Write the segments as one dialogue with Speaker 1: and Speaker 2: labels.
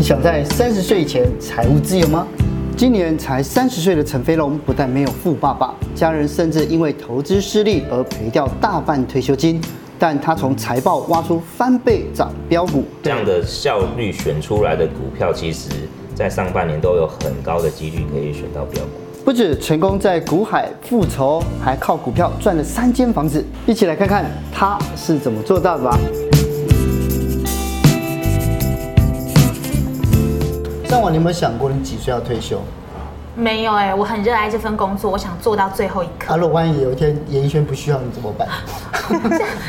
Speaker 1: 想在三十岁前财务自由吗？今年才三十岁的陈飞龙，不但没有富爸爸，家人甚至因为投资失利而赔掉大半退休金，但他从财报挖出翻倍涨标股，
Speaker 2: 这样的效率选出来的股票，其实在上半年都有很高的几率可以选到标股。
Speaker 1: 不止成功在股海复仇，还靠股票赚了三间房子。一起来看看他是怎么做到的吧。上网你有没有想过你几岁要退休？
Speaker 3: 没有哎、我很热爱这份工作，我想做到最后一刻。
Speaker 1: 啊，如果万一有一天演艺圈不需要你怎么 办？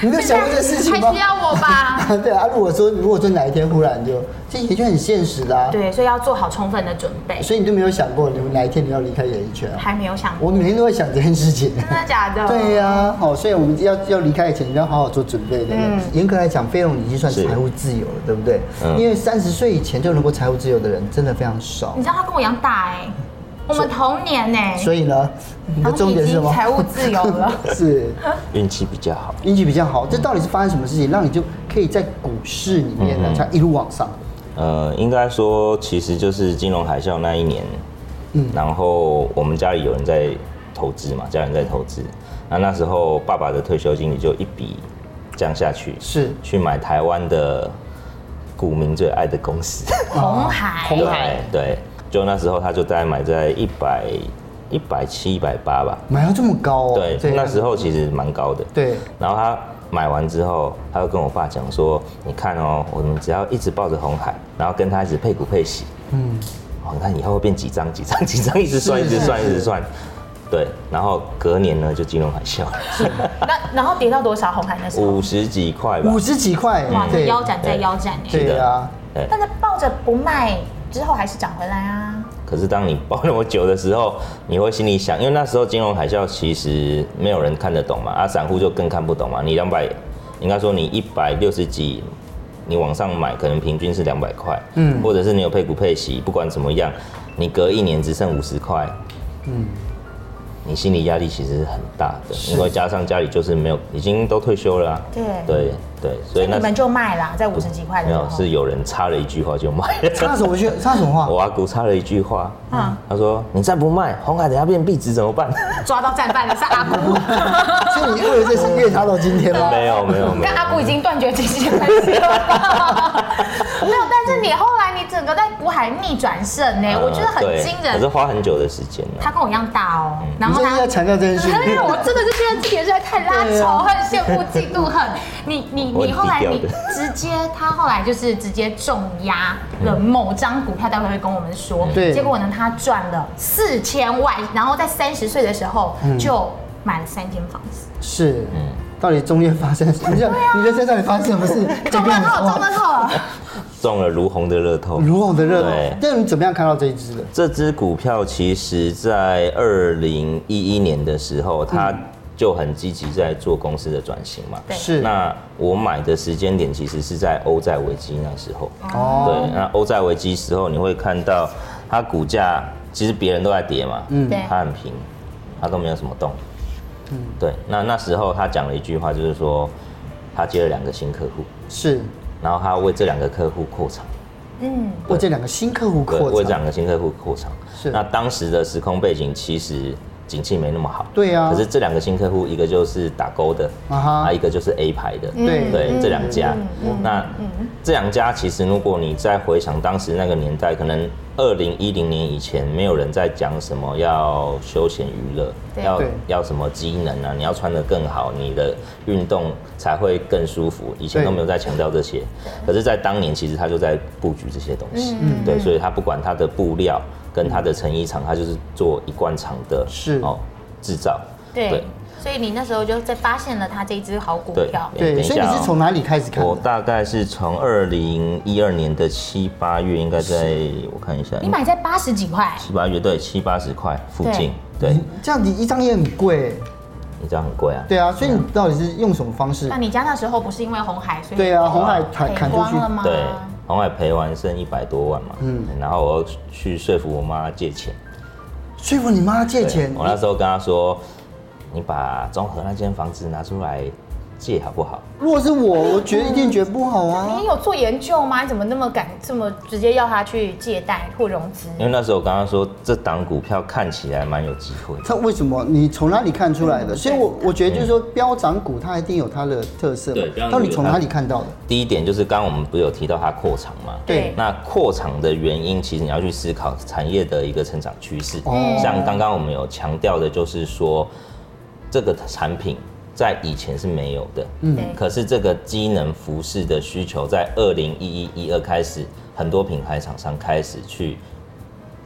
Speaker 1: 你在想过这事情吗
Speaker 3: 还需？要我 吧？
Speaker 1: 啊，对啊，如果说如果说哪一天忽然就，这演艺圈很现实的啊，
Speaker 3: 对，所以要做好充分的准备。
Speaker 1: 所以你都没有想过你们哪一天你要离开演艺圈啊？
Speaker 3: 还没有想过，
Speaker 1: 我每天都在想这件事 情。
Speaker 3: 真的假的？
Speaker 1: 对呀、哦，所以我们要要离开以前，你要好好做准备，对不对？
Speaker 3: 嗯
Speaker 1: 严格来讲，飞龙已经算
Speaker 2: 是
Speaker 1: 财务自由了，对不对？
Speaker 2: 嗯
Speaker 1: 因为三十岁以前就能够财务自由的人真的非常少
Speaker 3: 你，知道他跟我一样大哎、我们同年哎、
Speaker 1: 所以呢，你的
Speaker 3: 然后
Speaker 1: 重
Speaker 3: 已
Speaker 1: 点是什
Speaker 3: 经
Speaker 1: 么？
Speaker 3: 财务自由了。
Speaker 1: 是
Speaker 2: 运气比较好。
Speaker 1: 运气比较好，这到底是发生什么事情，让你就可以在股市里面呢，
Speaker 2: 嗯嗯
Speaker 1: 才一路往上？
Speaker 2: 呃，应该说，其实就是金融海啸那一年，
Speaker 1: 嗯
Speaker 2: 然后我们家里有人在投资嘛，家人在投资，那那时候爸爸的退休金也就一笔降下去，
Speaker 1: 是
Speaker 2: 去买台湾的股民最爱的公司，
Speaker 3: 红
Speaker 1: 哦
Speaker 3: 海，
Speaker 1: 红海
Speaker 2: 对对，就那时候他就在买在一百一百七、一百八吧，
Speaker 1: 买到这么高哦，
Speaker 2: 对，那时
Speaker 1: 候
Speaker 2: 候其实蛮高的，
Speaker 1: 对，
Speaker 2: 然后他买完之后，他就跟我爸讲说：“你看哦，我们只要一直抱着红海，然后跟他一直配股配息，
Speaker 1: 嗯，
Speaker 2: 哦，你看以后会变几张几张几张，一直算
Speaker 1: 是
Speaker 2: 一直算 一
Speaker 1: 是
Speaker 2: 直算。”对，然后隔年呢就金融海 啸，
Speaker 3: 那然后跌到多少红海那时候？
Speaker 2: 五十几块吧
Speaker 1: 五。十几块
Speaker 3: 哇，，
Speaker 1: 对
Speaker 3: 腰斩再腰斩哎、
Speaker 2: 是
Speaker 1: 对
Speaker 2: 的
Speaker 1: 啊，
Speaker 2: 对，
Speaker 3: 但是抱着不卖之后还是涨回来啊。
Speaker 2: 可是当你抱那么久的时候，你会心里想，因为那时候金融海啸其实没有人看得懂嘛，啊，散户就更看不懂嘛。你两百，应该说你一百六十几，你往上买可能平均是两百块，
Speaker 1: 嗯
Speaker 2: 嗯，或者是你有配股配息，不管怎么样，你隔一年只剩五十块，
Speaker 1: 嗯，
Speaker 2: 你心理压力其实是很大的，
Speaker 1: 是
Speaker 2: 因为加上家里就是没有，已经都退休了、啊，
Speaker 3: 对
Speaker 2: 对对，所以
Speaker 3: 你
Speaker 2: 那
Speaker 3: 们就卖啦，在五十几块的
Speaker 2: 没
Speaker 3: 时
Speaker 2: 有
Speaker 3: 候。
Speaker 2: 是有人插了一句话就卖了。
Speaker 1: 插什么去？插什么话？
Speaker 2: 我阿姑插了一句话，
Speaker 3: 嗯
Speaker 2: 他说：“你再不卖，红海等下变壁纸怎么办
Speaker 3: 抓到战犯了，是阿姑。
Speaker 1: 所以你为了这事越插到今天？”吗？
Speaker 2: 没有，没有，没
Speaker 3: 跟
Speaker 2: 有。
Speaker 3: 阿姑已经断绝经济关系了 吧。没有，但是你后来你整个在股海逆转胜呢、欸
Speaker 2: 呃
Speaker 3: 哎我觉得很
Speaker 2: 对嗯
Speaker 3: 惊
Speaker 2: 可是
Speaker 3: 人。
Speaker 2: 花很久的时间呢。
Speaker 3: 他跟我一样大哦、然
Speaker 1: 你
Speaker 3: 后
Speaker 1: 就是
Speaker 3: 他
Speaker 1: 在。强调这件事
Speaker 3: 因
Speaker 1: 情。
Speaker 3: 为我真的是觉得自己实在太拉
Speaker 1: 对
Speaker 3: 仇
Speaker 1: 啊
Speaker 3: 恨、羡慕、嫉妒恨。你你
Speaker 2: 我
Speaker 3: 你
Speaker 2: 很
Speaker 3: 后来
Speaker 2: 低调
Speaker 3: 你
Speaker 2: 的
Speaker 3: 直接，他后来就是直接重压了某张股票，待会会跟我们说。
Speaker 2: 嗯
Speaker 1: 对
Speaker 3: 结果呢，他赚了四千万，然后在三十岁的时候就买了三间房子。
Speaker 1: 是，
Speaker 2: 嗯
Speaker 1: 到底中间发生什么？你想你的身上你发生什么事？
Speaker 3: 啊中乐透，中乐透了。
Speaker 2: 中了如虹的乐透。
Speaker 1: 如网的热
Speaker 2: 对，
Speaker 1: 那你怎么样看到这一只的？
Speaker 2: 这只股票其实在二零一一年的时候，它就很积极在做公司的转型嘛。
Speaker 3: 嗯对
Speaker 1: 是
Speaker 2: 那我买的时间点其实是在欧债危机那时候。
Speaker 1: 哦，
Speaker 2: 对，那欧债危机时候，你会看到它股价其实别人都在跌嘛，嗯
Speaker 3: 对，
Speaker 2: 它很平，它都没有什么动。嗯，对，那那时候他讲了一句话，就是说他接了两个新客户，
Speaker 1: 是
Speaker 2: 然后他为这两个客户扩场，
Speaker 3: 嗯，
Speaker 1: 为这两个新客户
Speaker 2: 对，
Speaker 1: 扩
Speaker 2: 为这
Speaker 1: 张
Speaker 2: 两，个新客户扩场。
Speaker 1: 是
Speaker 2: 那当时的时空背景其实景气没那么好，
Speaker 1: 对啊
Speaker 2: 可是这两个新客户，一个就是打勾的，
Speaker 1: 啊哈
Speaker 2: 啊，一个就是 A 牌的，
Speaker 1: 对
Speaker 2: 对，这两家。那这两家其实，如果你再回想当时那个年代，可能二零一零年以前，没有人在讲什么要休闲娱乐，
Speaker 3: 对
Speaker 2: 要
Speaker 1: 对
Speaker 2: 要什么机能啊，你要穿得更好，你的运动才会更舒服。以前
Speaker 1: 对
Speaker 2: 都没有在强调这些，可是，在当年其实他就在布局这些东西。
Speaker 1: 嗯
Speaker 2: 对，所以他不管他的布料跟他的成衣厂，他就是做一贯厂的哦
Speaker 1: 是
Speaker 2: 制造。
Speaker 3: 对。所以你那时候就在发现了他这一只好股
Speaker 2: 对
Speaker 3: 票。
Speaker 2: 等
Speaker 1: 对，
Speaker 2: 一下
Speaker 1: 所以你是
Speaker 2: 哦
Speaker 1: 从哪里开始看
Speaker 2: 我
Speaker 1: 的？
Speaker 2: 大概是从二零一二年的七八月，应该在我看一下，
Speaker 3: 你买在八十几块，
Speaker 2: 七八月对七八十块附近，对，
Speaker 1: 你这样子一张也很贵，
Speaker 2: 你这样很贵啊。
Speaker 1: 对啊，所以你到底是用什么方式
Speaker 3: 那？你家那时候不是因为红海，所以
Speaker 1: 对啊，红海砍
Speaker 3: 赔
Speaker 1: 砍出
Speaker 3: 光
Speaker 1: 去，
Speaker 3: 了吗？
Speaker 2: 对，红海赔完剩一百多万嘛，嗯，然后我又去说服我妈借钱，
Speaker 1: 说服你妈借
Speaker 2: 对
Speaker 1: 钱
Speaker 2: 我，那时候跟她说，你把中和那间房子拿出来戒好不好？
Speaker 1: 如果是我，我觉得一定觉得不好啊
Speaker 3: 你。有做研究吗？你怎么那么敢这么直接要他去借贷或融资？
Speaker 2: 因为那时候我刚刚说这档股票看起来蛮有机会的，
Speaker 1: 它为什么？你从哪里看出来的？所以我，我觉得就是说，飙涨股它一定有它的特色嘛
Speaker 2: 对标。涨股
Speaker 1: 到底从哪里看到的？
Speaker 2: 第一点就是刚刚我们不是有提到它扩厂吗？
Speaker 1: 对
Speaker 2: 那扩厂的原因，其实你要去思考产业的一个成长趋势。
Speaker 1: 哦
Speaker 2: 像刚刚我们有强调的，就是说这个产品在以前是没有的，
Speaker 3: 对
Speaker 2: 可是这个机能服饰的需求在二零一一一二开始，很多品牌厂商开始去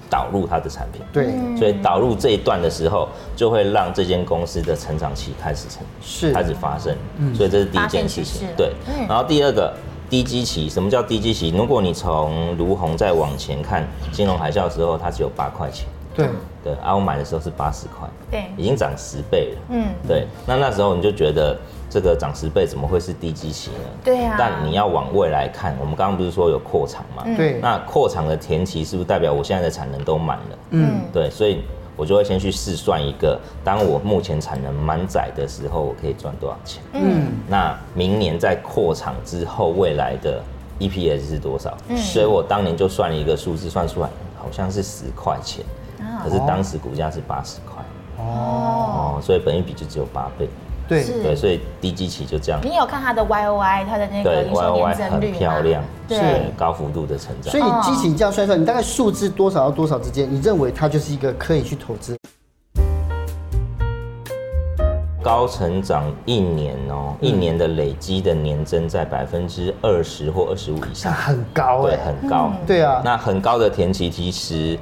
Speaker 2: 导入它的产品。
Speaker 1: 对，
Speaker 2: 所以导入这一段的时候，就会让这间公司的成长期开始成
Speaker 1: 是
Speaker 2: 开始发生，所以这是第一件事
Speaker 3: 发现趋
Speaker 2: 情
Speaker 3: 势。
Speaker 2: 对
Speaker 3: 嗯，
Speaker 2: 然后第二个低基期，什么叫低基期？如果你从卢红再往前看，金融海啸的时候它只有八块钱，
Speaker 1: 对，
Speaker 2: 对，啊，我买的时候是八十块，
Speaker 3: 对
Speaker 2: 已经涨十倍了。
Speaker 3: 嗯，
Speaker 2: 对，那那时候你就觉得这个涨十倍怎么会是低基期呢？
Speaker 3: 对啊嗯
Speaker 2: 但你要往未来看，我们刚刚不是说有扩厂嘛？
Speaker 1: 对
Speaker 2: 那扩厂的填期是不是代表我现在的产能都满了？
Speaker 1: 嗯，
Speaker 2: 对，所以我就会先去试算一个，当我目前产能满载的时候，我可以赚多少钱？
Speaker 1: 嗯，
Speaker 2: 那明年在扩厂之后，未来的 EPS 是多少？
Speaker 3: 嗯
Speaker 2: 所以我当年就算了一个数字，算出来好像是十块钱，
Speaker 3: 啊
Speaker 2: 可是当时股价是八十块，
Speaker 3: 哦，
Speaker 2: 哦，所以本益比就只有八倍，
Speaker 1: 嗯对，
Speaker 3: 是
Speaker 2: 对，所以低基期就这样，
Speaker 3: 你有看他的 Y O I，他的那个
Speaker 2: 对
Speaker 3: 营
Speaker 2: ，Y
Speaker 3: 收
Speaker 2: O Y
Speaker 3: 年增率
Speaker 2: 很
Speaker 3: 吗
Speaker 2: 漂亮，
Speaker 3: 对，
Speaker 2: 高幅度的成长
Speaker 1: 所。以你机器你这样算算，你大概数字多少到多少之间，你认为它就是一个可以去投资？
Speaker 2: 高成长一年哦、一年的累积的年增在百分之二十或二十五以
Speaker 1: 那
Speaker 2: 上，
Speaker 1: 很高
Speaker 2: 对，
Speaker 1: 哎，
Speaker 2: 很高。
Speaker 1: 对啊，
Speaker 2: 那很高的填期其实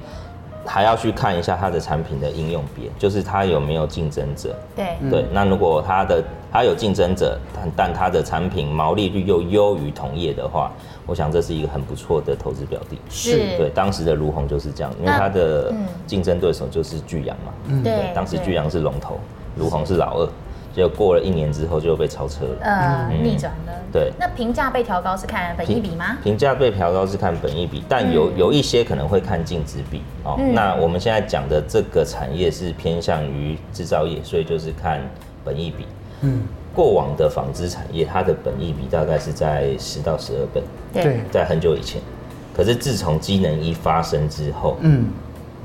Speaker 2: 还要去看一下它的产品的应用别，就是它有没有竞争者。
Speaker 3: 对，
Speaker 2: 对，那如果它的它有竞争者，但但它的产品毛利率又优于同业的话，我想这是一个很不错的投资标的。
Speaker 3: 是
Speaker 2: 对，当时的卢红就是这样，因为
Speaker 3: 那
Speaker 2: 它的
Speaker 3: 嗯
Speaker 2: 竞争对手就是巨阳嘛，
Speaker 3: 对
Speaker 2: 当时
Speaker 3: 对
Speaker 2: 巨阳是龙头，卢红是老二，结果过了一年之后就被超车了。
Speaker 3: 呃，逆转了。
Speaker 2: 对
Speaker 3: 那评价被调高是看本一比吗？
Speaker 2: 评价被调高是看本益比，但
Speaker 3: 嗯
Speaker 2: 有、有一些可能会看净值比哦。那我们现在讲的这个产业是偏向于制造业，所以就是看本益比。
Speaker 1: 嗯，
Speaker 2: 过往的纺织产业，它的本益比大概是在十到十二倍，
Speaker 1: 对，
Speaker 2: 在很久以前。可是自从机能一发生之后，
Speaker 1: 嗯，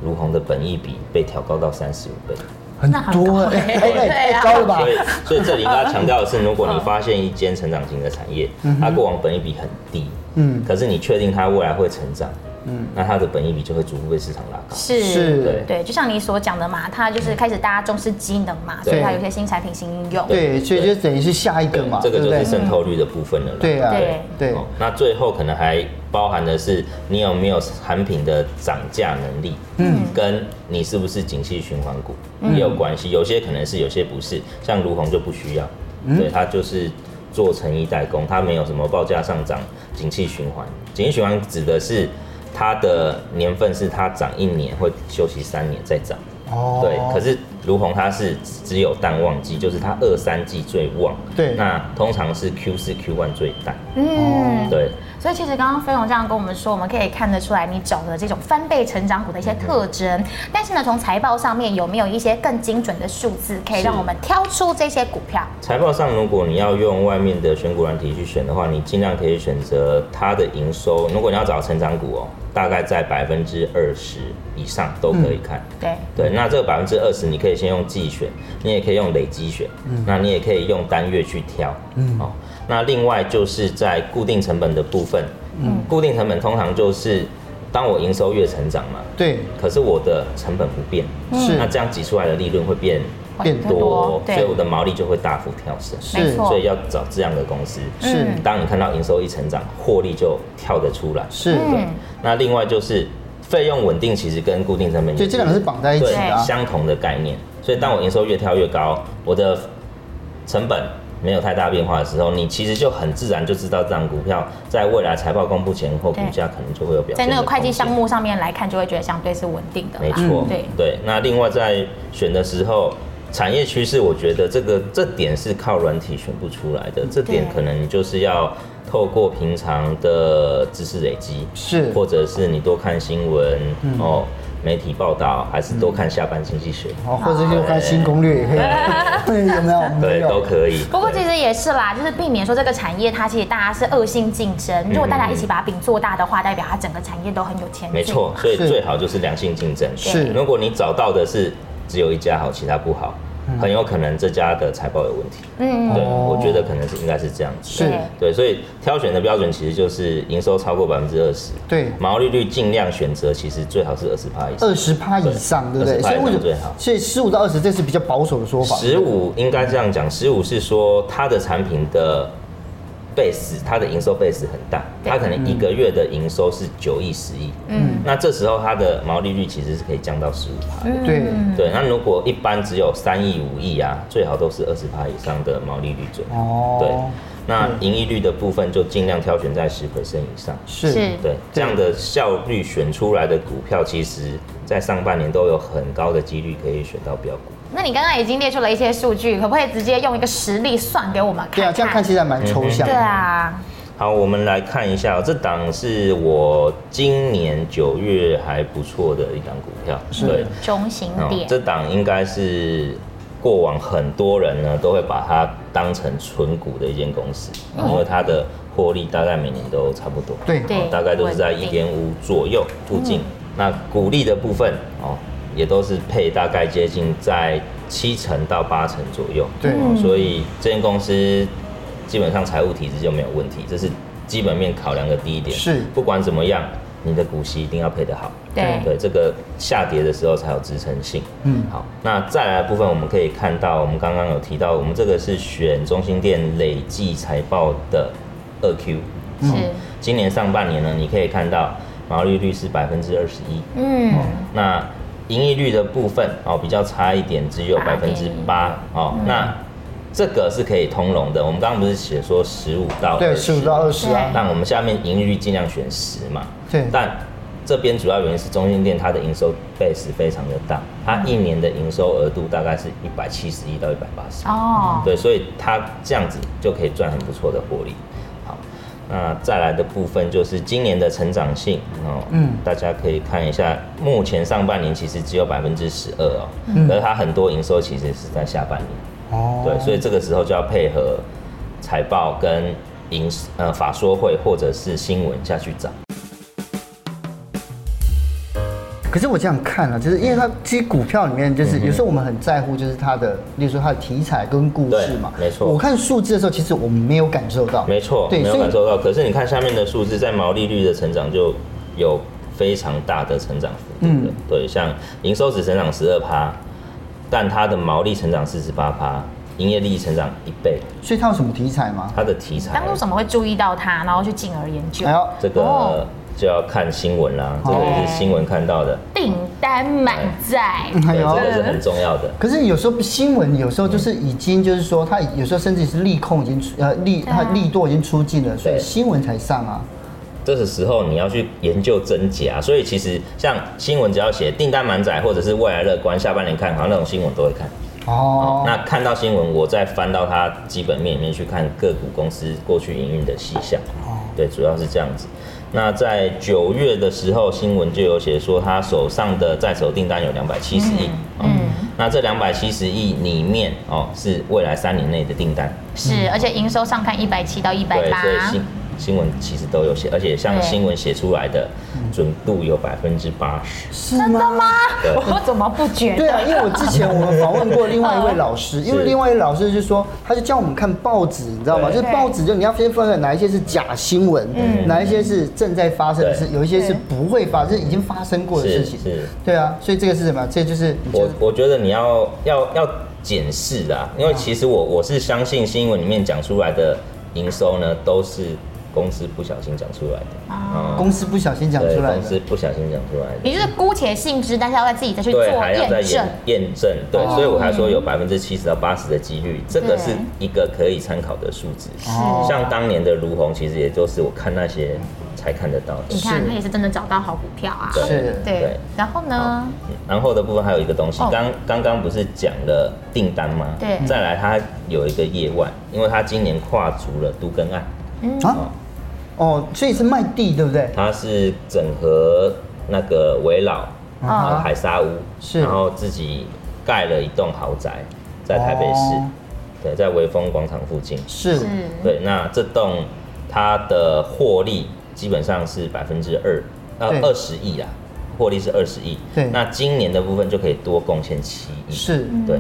Speaker 2: 如虹的本益比被调高到三十五倍，
Speaker 1: 很多哎，哎哎太高了吧嗯
Speaker 2: 所？以所以这里应该强调的是，如果你发现一间成长型的产业，它过往本益比很低，
Speaker 1: 嗯
Speaker 2: 可是你确定它未来会成长，
Speaker 1: 嗯
Speaker 2: 那它的本益比就会逐步被市场拉高。
Speaker 3: 是
Speaker 1: 是
Speaker 2: 对
Speaker 3: 对，就像你所讲的嘛，它就是开始大家重视机能嘛，所以它有一些新产品、新应用。
Speaker 1: 对，所以就等于是下一个嘛，
Speaker 2: 这个
Speaker 1: 对不
Speaker 2: 就
Speaker 1: 对
Speaker 2: 是？渗透率的部分了啦。
Speaker 1: 对啊
Speaker 3: 对，
Speaker 1: 对
Speaker 2: 哦，那最后可能还包含的是你有没有产品的涨价能力，嗯，跟你是不是景气循环股
Speaker 1: 嗯
Speaker 2: 也有关系。有些可能是，有些不是。像卢红就不需要，
Speaker 1: 嗯
Speaker 2: 对，它就是做成衣代工，它没有什么报价上涨、景气循环。景气循环指的是它的年份是它涨一年会休息三年再涨。
Speaker 1: 哦
Speaker 2: 对，可是卢红它是只有淡旺季，就是它二三季最旺。
Speaker 1: 对
Speaker 2: 那通常是 Q 四、Q one 最淡。
Speaker 3: 嗯，
Speaker 2: 对，
Speaker 3: 所以其实刚刚飞龙这样跟我们说，我们可以看得出来你找的这种翻倍成长股的一些
Speaker 2: 嗯
Speaker 3: 特征。但是呢，从财报上面有没有一些更精准的数字，可以让
Speaker 2: 是
Speaker 3: 我们挑出这些股票？
Speaker 2: 财报上，如果你要用外面的选股软体去选的话，你尽量可以选择它的营收。如果你要找成长股哦，大概在百分之二十以上都可以看。
Speaker 3: 对，
Speaker 2: 对，那这个百分之二十，你可以先用季选，你也可以用累积选，那你也可以用单月去挑，嗯，哦，那另外就是在固定成本的部分，嗯，固定成本通常就是当我营收月成长嘛，
Speaker 1: 对，
Speaker 2: 可是我的成本不变，
Speaker 1: 是
Speaker 2: 那这样挤出来的利润会变
Speaker 1: 变
Speaker 3: 更
Speaker 2: 多，所以
Speaker 3: 对
Speaker 2: 我，的毛利就会大幅跳升，
Speaker 1: 是
Speaker 3: 没错
Speaker 2: 所以要找这样的公司，
Speaker 1: 是
Speaker 3: 嗯
Speaker 2: 当你看到营收一成长，获利就跳得出来，
Speaker 1: 是，
Speaker 3: 嗯
Speaker 2: 那另外就是费用稳定，其实跟固定成本
Speaker 1: 所以这两个是绑在一起的啊
Speaker 2: 对相同的概念。所以当我营收越跳越高，我的成本没有太大变化的时候，你其实就很自然就知道这张股票在未来财报公布前后股
Speaker 3: 对
Speaker 2: 价可能就会有表现。
Speaker 3: 在那个会计项。目上面来看，就会觉得相对是稳定的啦。
Speaker 2: 没错，
Speaker 3: 对，
Speaker 2: 对。那另外在选的时候，产业趋势，我觉得这个这点是靠软体选不出来的，这点
Speaker 3: 对
Speaker 2: 可能就是要透过平常的知识累积，
Speaker 1: 是
Speaker 2: 或者是你多看新闻、哦，媒体报道，还是多看下班经济学，
Speaker 1: 哦，或者是看新攻略也可以，有没有？ 没
Speaker 2: 对，
Speaker 1: 有
Speaker 2: 都可以。
Speaker 3: 不过其
Speaker 2: 对
Speaker 3: 实也是啦，就是避免说这个产业它其实大家是恶性竞争，
Speaker 2: 嗯
Speaker 3: 如果大家一起把饼做大的话，代表它整个产业都很有前景。
Speaker 2: 没错，，所以
Speaker 1: 是
Speaker 2: 最好就是良性竞争。
Speaker 1: 是
Speaker 2: 如果你找到的是只有一家好，其他不好，很有可能这家的财报有问题。
Speaker 3: 嗯，
Speaker 2: 对，
Speaker 1: 哦
Speaker 2: 我觉得可能是应该是这样子。
Speaker 1: 是
Speaker 3: 对
Speaker 2: 对，所以挑选的标准其实就是营收超过百分之二十，
Speaker 1: 对，
Speaker 2: 毛利率尽量选择，其实最好是二十趴以上
Speaker 1: 二。十趴以上，对不对？
Speaker 2: 20%
Speaker 1: 所以为什
Speaker 2: 以上最
Speaker 1: 么
Speaker 2: 好？
Speaker 1: 所以十五到二十，这是比较保守的说法。
Speaker 2: 十五应该这样讲，十五是说它的产品的 base，它的营收 base 很大，
Speaker 3: 对
Speaker 2: 它可能一个月的营收是九亿、十亿，嗯，那这时候它的毛利率其实是可以降到十五趴。
Speaker 1: 对，
Speaker 2: 对，那如果一般只有三亿、五亿啊，最好都是二十趴以上的毛利率准。对
Speaker 1: 哦，，
Speaker 2: 那盈利率的部分就尽量挑选在十 percent 以上。
Speaker 1: 是
Speaker 3: 是
Speaker 2: 对，这样的效率选出来的股票，其实在上半年都有很高的几率可以选到标股。
Speaker 3: 那你刚刚已经列出了一些数据，可不可以直接用一个实例算给我们看
Speaker 1: 对啊，这样看起来蛮抽象
Speaker 3: 对。啊，
Speaker 2: 好，我们来看一下哦、这档是我今年九月还不错的一档股票，对，
Speaker 3: 中型
Speaker 1: 哦
Speaker 3: 点，
Speaker 2: 这档应该是过往很多人呢都会把它当成纯股的一间公司，因为它的获利大概每年都差不多，
Speaker 1: 对
Speaker 3: 对
Speaker 2: 哦大概都是在
Speaker 3: 稳
Speaker 2: 一
Speaker 3: 定
Speaker 2: 点
Speaker 3: 嗯
Speaker 2: 五左右附近。那股利的部分哦，也都是配大概接近在七成到八成左右，
Speaker 1: 对
Speaker 2: 哦
Speaker 3: 嗯
Speaker 2: 所以这间公司基本上财务体制就没有问题，这是基本面考量的第一点。
Speaker 1: 是
Speaker 2: 不管怎么样，你的股息一定要配得好。
Speaker 3: 对
Speaker 2: 对，这个下跌的时候才有支撑性。
Speaker 1: 嗯
Speaker 2: 好，那再来的部分我们可以看到，我们刚刚有提到，我们这个是选中心店累计财报的二 Q，
Speaker 3: 是，
Speaker 2: 今年上半年呢，你可以看到毛利率是百分之二十一，
Speaker 3: 嗯，
Speaker 2: 那盈利率的部分哦比较差一点，只有百分之八哦，那这个是可以通融的。我们刚刚不是写说十五到
Speaker 1: 对，十五到二十啊，
Speaker 2: 但我们下面盈利率尽量选十嘛。
Speaker 1: 对
Speaker 2: 但这边主要原因是中心店它的营收 base 非常的大，它一年的营收额度大概是一百七十亿到一百八十。
Speaker 3: 哦，
Speaker 2: 对，所以它这样子就可以赚很不错的获利。好，那再来的部分就是今年的成长性哦，
Speaker 1: 嗯
Speaker 2: 大家可以看一下，目前上半年其实只有百分之十二哦，可是它很多营收其实是在下半年，
Speaker 1: 嗯哦，
Speaker 2: 对，所以这个时候就要配合财报跟营呃法说会或者是新闻下去找。
Speaker 1: 可是我这样看啊，就是因为它其实股票里面，
Speaker 2: 嗯
Speaker 1: 就是有时候我们很在乎，就是它的，例如说它的题材跟故事嘛。
Speaker 2: 对没错
Speaker 1: 我看数字的时候，其实我们没有感受到。
Speaker 2: 没错，
Speaker 1: 对，
Speaker 2: 没有
Speaker 1: 所
Speaker 2: 感
Speaker 1: 以
Speaker 2: 受到。可是你看下面的数字，在毛利率的成长就有非常大的成长幅度的。
Speaker 1: 嗯
Speaker 2: 对，像营收只成长十二趴，但它的毛利成长四十八趴，营业利益成长一倍。
Speaker 1: 所以它有什么题材吗？
Speaker 2: 它的题材
Speaker 3: 当初怎么会注意到它，然后去进而研究
Speaker 1: 还？有
Speaker 2: 这
Speaker 3: 哦
Speaker 2: 个就要看新闻啦，这个
Speaker 1: 哦
Speaker 2: 也是新闻看到的，
Speaker 3: 订单满载，
Speaker 1: 嗯还
Speaker 2: 对，这
Speaker 1: 有。
Speaker 2: 个是很重要的。
Speaker 1: 可是有时候新闻有时候就是已经就是说，它有时候甚至是利空已经出呃利
Speaker 3: 对啊
Speaker 1: 它利多已经出尽了，所以
Speaker 2: 嗯对
Speaker 1: 新闻才上啊。
Speaker 2: 这个时候你要去研究真假，所以其实像新闻只要写订单满载或者是未来乐观，下半年看好那种新闻都会看。
Speaker 1: 哦，
Speaker 2: 那看到新闻，我再翻到它基本面里面去看个股公司过去营运的细项。对，主要是这样子。那在九月的时候，新闻就有写说，他手上的在手订单有两百七十亿。嗯，那这两百七十亿里面，哦，是未来三年内的订单。
Speaker 1: 嗯
Speaker 3: 是，而且营收上看一百七到一百
Speaker 2: 对，
Speaker 3: 八
Speaker 2: 所，以新新闻其实都有写，而且像
Speaker 3: 对
Speaker 2: 新闻写出来的准度有百分之八十。
Speaker 1: 是吗？
Speaker 2: 对
Speaker 3: 我怎么不觉
Speaker 1: 对
Speaker 3: 得？
Speaker 1: 啊，因为我之前我们访问过另外一位老师，因为另外一位老师就说，他就叫我们看报纸，你知道吗？就
Speaker 2: 对嗯
Speaker 1: 是报纸，就你要先分出来哪一些是假新闻，哪一些是正在发生的事，有一些是不会发生，是已经发生过的事情
Speaker 2: 是是。
Speaker 1: 对啊，所以这个是什么？这就是你觉
Speaker 2: 我
Speaker 1: 得
Speaker 2: 我觉得你要要要检视啦，
Speaker 3: 嗯
Speaker 2: 因为其实我我是相信新闻里面讲出来的营收呢，都是公司不小心讲出来的，啊、
Speaker 1: 公司不小心讲
Speaker 2: 对，
Speaker 1: 出来
Speaker 2: 公司
Speaker 1: 的。
Speaker 2: 不小心讲出来的。
Speaker 3: 你就是姑且信之，但是要再自己再去做
Speaker 2: 对，还要再
Speaker 3: 验证哦
Speaker 2: 验。验证，对，所以我还说有百分之七十到八十的几率，这个
Speaker 3: 对
Speaker 2: 是一个可以参考的数值。
Speaker 3: 哦
Speaker 2: 像当年的卢红，其实也就是我看那些财才看得到。
Speaker 3: 你看
Speaker 1: 是
Speaker 3: 他也是真的找到好股票啊。
Speaker 1: 是
Speaker 3: 对
Speaker 2: 对，
Speaker 3: 然后呢？
Speaker 2: 然后的部分还有一个东西
Speaker 3: 哦，
Speaker 2: 刚刚刚不是讲了订单吗？
Speaker 3: 对
Speaker 2: 再来它有一个业外，因为它今年跨足了都更案，
Speaker 1: 啊，哦，所以是卖地对不对？
Speaker 2: 它是整合那个围老，
Speaker 1: 嗯
Speaker 2: 然后
Speaker 3: 哦
Speaker 1: 哼
Speaker 2: 海沙屋，
Speaker 1: 是
Speaker 2: 然后自己盖了一栋豪宅，在台北市
Speaker 1: 哦，
Speaker 2: 对，在微风广场附近。
Speaker 1: 是
Speaker 3: 是
Speaker 2: 对，那这栋它的获利基本上是百分之二，呃
Speaker 1: 对
Speaker 2: 二十亿啦，获利是二十亿。
Speaker 1: 对
Speaker 2: 那今年的部分就可以多贡献七亿。
Speaker 1: 是，
Speaker 2: 对。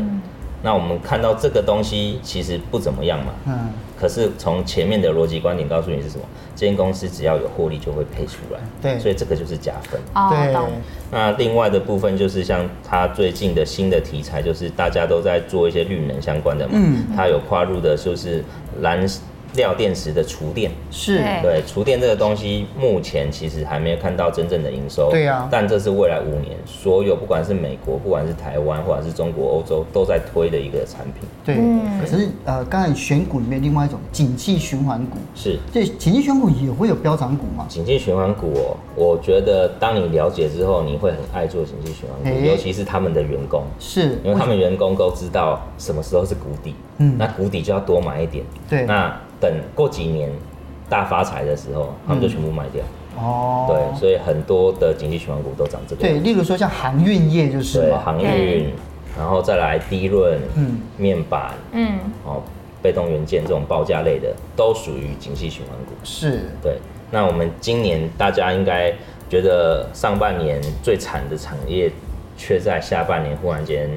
Speaker 2: 那我们看到这个东西其实不怎么样嘛，
Speaker 1: 嗯，
Speaker 2: 可是从前面的逻辑观点告诉你是什么？这间公司只要有获利就会配出来，
Speaker 1: 对
Speaker 2: 所以这个就是加分。
Speaker 3: 哦，懂。
Speaker 1: 对，
Speaker 2: 那另外的部分就是像它最近的新的题材，就是大家都在做一些绿能相关的嘛，
Speaker 1: 嗯
Speaker 2: 它有跨入的就是燃料电池的厨电，
Speaker 1: 是
Speaker 3: 对
Speaker 2: 对，厨电这个东西目前其实还没有看到真正的营收，
Speaker 1: 对啊
Speaker 2: 但这是未来五年所有不管是美国、不管是台湾或者是中国、欧洲都在推的一个产品，
Speaker 1: 对。
Speaker 3: 嗯
Speaker 1: 可是呃，刚才选股里面另外一种景气循环股，
Speaker 2: 是。
Speaker 1: 这景气循环股也会有飙涨股嘛？
Speaker 2: 景气循环股哦，我觉得当你了解之后，你会很爱做景气循环股，
Speaker 1: 诶
Speaker 2: 尤其是他们的员工，
Speaker 1: 是，
Speaker 2: 因为他们员工都知道什么时候是谷底，
Speaker 1: 嗯
Speaker 2: 那谷底就要多买一点，
Speaker 1: 对
Speaker 2: 那等过几年大发财的时候，他们就全部卖掉，
Speaker 1: 嗯哦，
Speaker 2: 对，所以很多的景气循环股都涨这个，
Speaker 1: 对，例如说像航运业就是
Speaker 2: 对，
Speaker 1: 嘛，
Speaker 2: 航运，然后再来低润，
Speaker 1: 嗯
Speaker 2: 面板，
Speaker 3: 嗯，
Speaker 2: 哦，被动元件这种报价类的，都属于景气循环股。
Speaker 1: 是，
Speaker 2: 对，那我们今年大家应该觉得上半年最惨的产业，却在下半年忽然间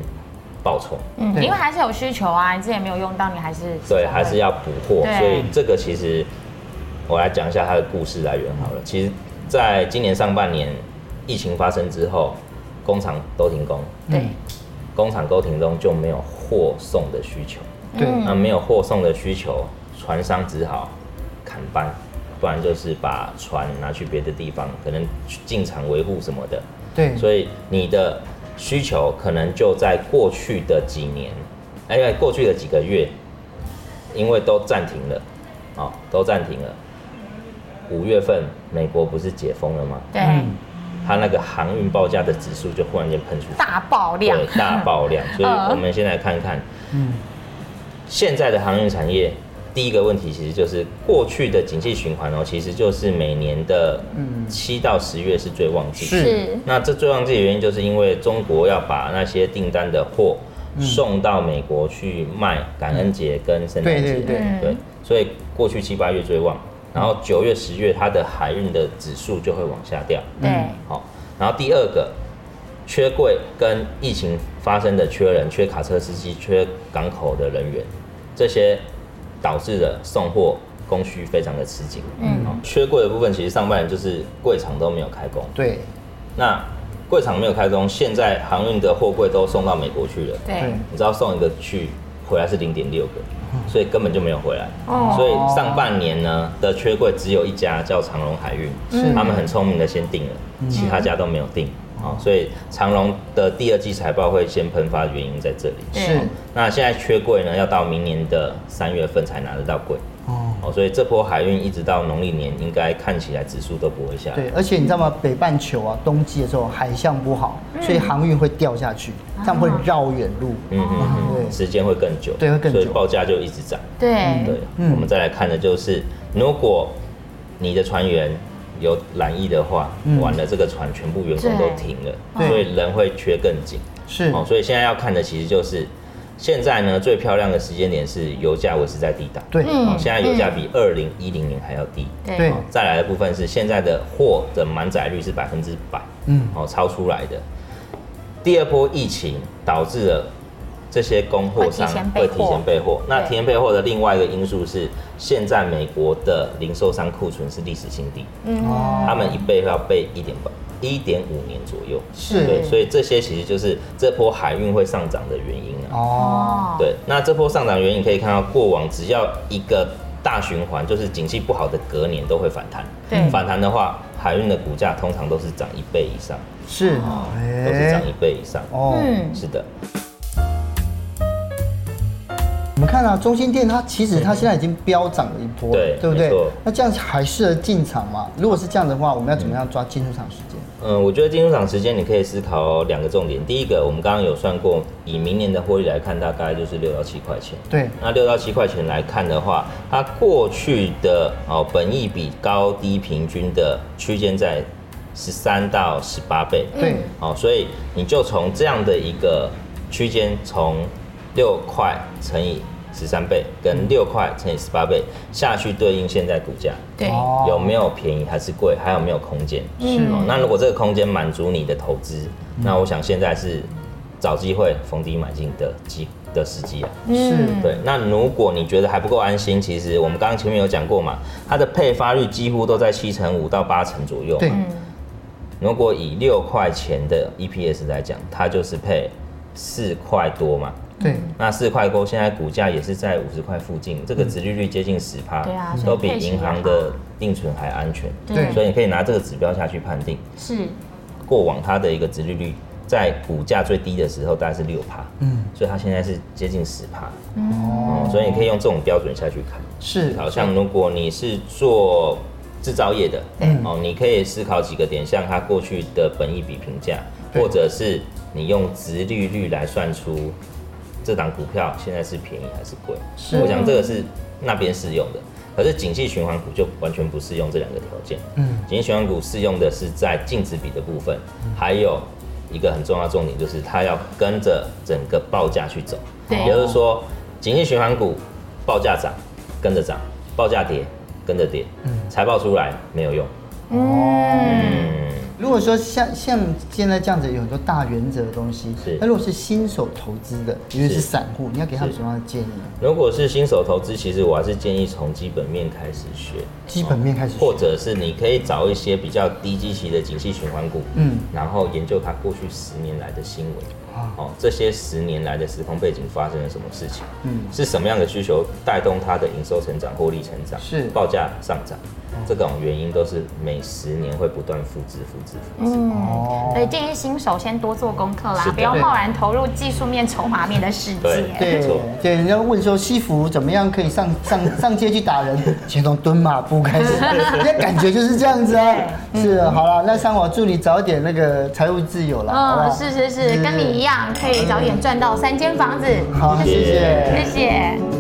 Speaker 2: 爆冲，
Speaker 3: 嗯，
Speaker 1: 对
Speaker 3: 因为还是有需求啊，你之前没有用到，你还是
Speaker 2: 对，还是要补货，
Speaker 3: 对
Speaker 2: 所以这个其实我来讲一下它的故事来源好了。其实，在今年上半年疫情发生之后，工厂都停工，
Speaker 3: 对
Speaker 1: 嗯
Speaker 2: 工厂都停工就没有货送的需求，
Speaker 1: 对
Speaker 3: 嗯
Speaker 2: 那没有货送的需求，船商只好砍班，不然就是把船拿去别的地方，可能去进厂维护什么的。
Speaker 1: 对，
Speaker 2: 所以你的需求可能就在过去的几年，哎，因为过去的几个月，因为都暂停了，哦，都暂停了。五月份美国不是解封了吗？
Speaker 3: 对
Speaker 1: 嗯
Speaker 2: 它那个航运报价的指数就忽然间喷出去，
Speaker 3: 大爆量
Speaker 2: 对，大爆 量。所以
Speaker 3: 嗯
Speaker 2: 我们先来看看
Speaker 1: 嗯，
Speaker 2: 现在的航运产业，第一个问题其实就是过去的景气循环哦，其实就是每年的
Speaker 1: 嗯
Speaker 2: 七到十月是最旺季。
Speaker 1: 是
Speaker 3: 是
Speaker 2: 那这最旺季的原因，就是因为中国要把那些订单的货
Speaker 1: 嗯
Speaker 2: 送到美国去卖，感恩节跟圣诞节。
Speaker 1: 对对
Speaker 3: 对
Speaker 2: 对所以过去七八月最旺，然后九月、十月它的海运的指数就会往下掉。
Speaker 1: 嗯
Speaker 3: 对
Speaker 2: 好，然后第二个，缺柜跟疫情发生的缺人、缺卡车司机、缺港口的人员，这些导致了送货供需非常的吃紧。
Speaker 3: 嗯
Speaker 2: 好，缺柜的部分其实上半年就是柜厂都没有开工，
Speaker 1: 对
Speaker 2: 那柜厂没有开工，现在航运的货柜都送到美国去了。
Speaker 3: 对
Speaker 2: 你知道送一个去回来是零点六个，
Speaker 1: 嗯
Speaker 2: 所以根本就没有回来。
Speaker 3: 哦
Speaker 2: 所以上半年呢的缺柜只有一家叫长隆海运，
Speaker 1: 是
Speaker 2: 他们很聪明的先定了，
Speaker 1: 嗯
Speaker 2: 其他家都没有定。啊、所以长隆的第二季财报会先喷发，原因在这里。
Speaker 3: 对
Speaker 1: 是
Speaker 2: 那现在缺柜呢，要到明年的三月份才拿得到柜。
Speaker 1: 哦。
Speaker 2: 哦，所以这波海运一直到农历年，应该看起来指数都不会下来。
Speaker 1: 对，而且你知道吗？北半球啊，冬季的时候海象不好，
Speaker 3: 嗯
Speaker 1: 所以航运会掉下去，
Speaker 3: 啊
Speaker 1: 这样会绕远路。
Speaker 2: 嗯嗯
Speaker 1: 对
Speaker 2: 嗯，时间会更久，
Speaker 1: 对会更久
Speaker 2: 所以报价就一直涨。对
Speaker 3: 对，
Speaker 1: 嗯
Speaker 2: 我们再来看的就是，如果你的船员有染疫的话，
Speaker 1: 嗯
Speaker 2: 完了这个船全部员工都停了，
Speaker 1: 对
Speaker 2: 所以人会缺更紧。
Speaker 1: 是
Speaker 2: 哦，所以现在要看的其实就是，现在呢最漂亮的时间点是油价维持在低档，
Speaker 1: 对
Speaker 3: 嗯
Speaker 2: 哦，现在油价比二零一零年还要低。
Speaker 1: 对
Speaker 3: 对
Speaker 2: 哦，再来的部分是现在的货的满载率是百分之百，
Speaker 1: 嗯
Speaker 2: 哦，超出来的。第二波疫情导致了这些供货商
Speaker 3: 会
Speaker 2: 会
Speaker 3: 提前备货
Speaker 2: 提前备货。那
Speaker 3: 对
Speaker 2: 提前备货的另外一个因素是，现在美国的零售商库存是历史新低，
Speaker 3: 嗯
Speaker 1: 哦
Speaker 2: 他们一备要备一点八、一点五年左右。
Speaker 1: 是哦
Speaker 2: 对，所以这些其实就是这波海运会上涨的原因啊。
Speaker 1: 哦，
Speaker 3: 哦，
Speaker 2: 对，那这波上涨原因可以看到，过往只要一个大循环，就是景气不好的隔年都会反弹。
Speaker 3: 对
Speaker 2: 反弹的话，海运的股价通常都是涨一倍以上，
Speaker 1: 是
Speaker 2: 哦都是
Speaker 1: 哎
Speaker 2: 涨一倍以上。
Speaker 1: 哦，
Speaker 3: 嗯
Speaker 2: 是的。
Speaker 1: 我们看啊，中心店它其实它现在已经飙涨了一波，
Speaker 2: 对
Speaker 1: 对不对
Speaker 2: 没错？
Speaker 1: 那这样还适合进场吗？如果是这样的话，我们要怎么样抓进入场时间？
Speaker 2: 嗯，我觉得进入场时间你可以思考两个重点。第一个，我们刚刚有算过，以明年的获利来看，大概就是六到七块钱。
Speaker 1: 对，
Speaker 2: 那六到七块钱来看的话，它过去的哦本益比高低平均的区间在十三到十八倍。
Speaker 1: 对，
Speaker 2: 哦，所以你就从这样的一个区间，从六块乘以十三倍，跟六块乘以十八倍下去对应现在股价。
Speaker 3: 对，
Speaker 1: 哦
Speaker 2: 有没有便宜还是贵，还有没有空间？
Speaker 3: 嗯
Speaker 2: 哦那如果这个空间满足你的投资，那我想现在是找机会逢低买进的机的时机啊。
Speaker 3: 嗯
Speaker 1: 是
Speaker 2: 对，那如果你觉得还不够安心，其实我们刚刚前面有讲过嘛，它的配发率几乎都在七成五到八成左右嘛。
Speaker 1: 对
Speaker 2: 如果以六块钱的 EPS 来讲，它就是配四块多嘛。
Speaker 1: 对，
Speaker 2: 那四块多，现在股价也是在五十块附近，这个殖利率接近十趴，
Speaker 3: 对啊
Speaker 2: 都
Speaker 3: 所以
Speaker 2: 比
Speaker 3: 配息
Speaker 2: 银行的定存还安全。
Speaker 1: 对
Speaker 2: 所以你可以拿这个指标下去判定，
Speaker 3: 是，
Speaker 2: 过往它的一个殖利率在股价最低的时候大概是六趴，
Speaker 1: 嗯，
Speaker 2: 所以它现在是接近十趴，
Speaker 1: 哦
Speaker 2: 哦，所以你可以用这种标准下去看。
Speaker 1: 是
Speaker 2: 好像如果你是做制造业的，
Speaker 1: 嗯
Speaker 2: 哦，你可以思考几个点，像它过去的本益比评价，
Speaker 1: 对
Speaker 2: 或者是你用值利率来算出这档股票现在是便宜还是贵。
Speaker 1: 是
Speaker 2: 我想这个是那边适用的，可是景气循环股就完全不适用这两个条件。
Speaker 1: 嗯，
Speaker 2: 景气循环股适用的是在净值比的部分，还有一个很重要的重点就是它要跟着整个报价去走，
Speaker 3: 对
Speaker 2: 也就是说，景气循环股报价涨跟着涨，报价跌跟着跌，财报出来没有用，
Speaker 3: 嗯，
Speaker 2: 嗯，
Speaker 1: 如果说像像现在这样子有很多大原则的东西
Speaker 2: 是，
Speaker 1: 那如果是新手投资的，因为是
Speaker 2: 是
Speaker 1: 散户，你要给他们
Speaker 2: 是
Speaker 1: 什么样的建议呢？
Speaker 2: 如果是新手投资，其实我还是建议从基本面开始学，
Speaker 1: 基本面开始学
Speaker 2: 或者是你可以找一些比较低基期的景气循环股，
Speaker 1: 嗯
Speaker 2: 嗯，然后研究它过去十年来的新闻
Speaker 1: 啊，
Speaker 2: 哦，这些十年来的时空背景发生了什么事情，
Speaker 1: 嗯
Speaker 2: 嗯，是什么样的需求带动它的营收成长、获利成长，
Speaker 1: 是哦
Speaker 2: 报价上涨，这种原因都是每十年会不断复制、复制、复制。
Speaker 1: 哦
Speaker 3: 所以建议新手先多做功课啦
Speaker 2: 是，的
Speaker 3: 不要贸然投入技术面、筹码面的世
Speaker 2: 对
Speaker 3: 界。
Speaker 1: 对
Speaker 2: 没错
Speaker 1: 对，人家问说西服怎么样可以上上上街去打人，先从蹲马步开始，人家感觉就是这样子啊。是啊，好了，那上我祝你早点那个财务自由了，好不好？
Speaker 3: 嗯，是是是，跟你一样，可以早点赚到三间房子。
Speaker 1: 好，谢
Speaker 2: 谢谢
Speaker 1: 谢
Speaker 3: 谢谢。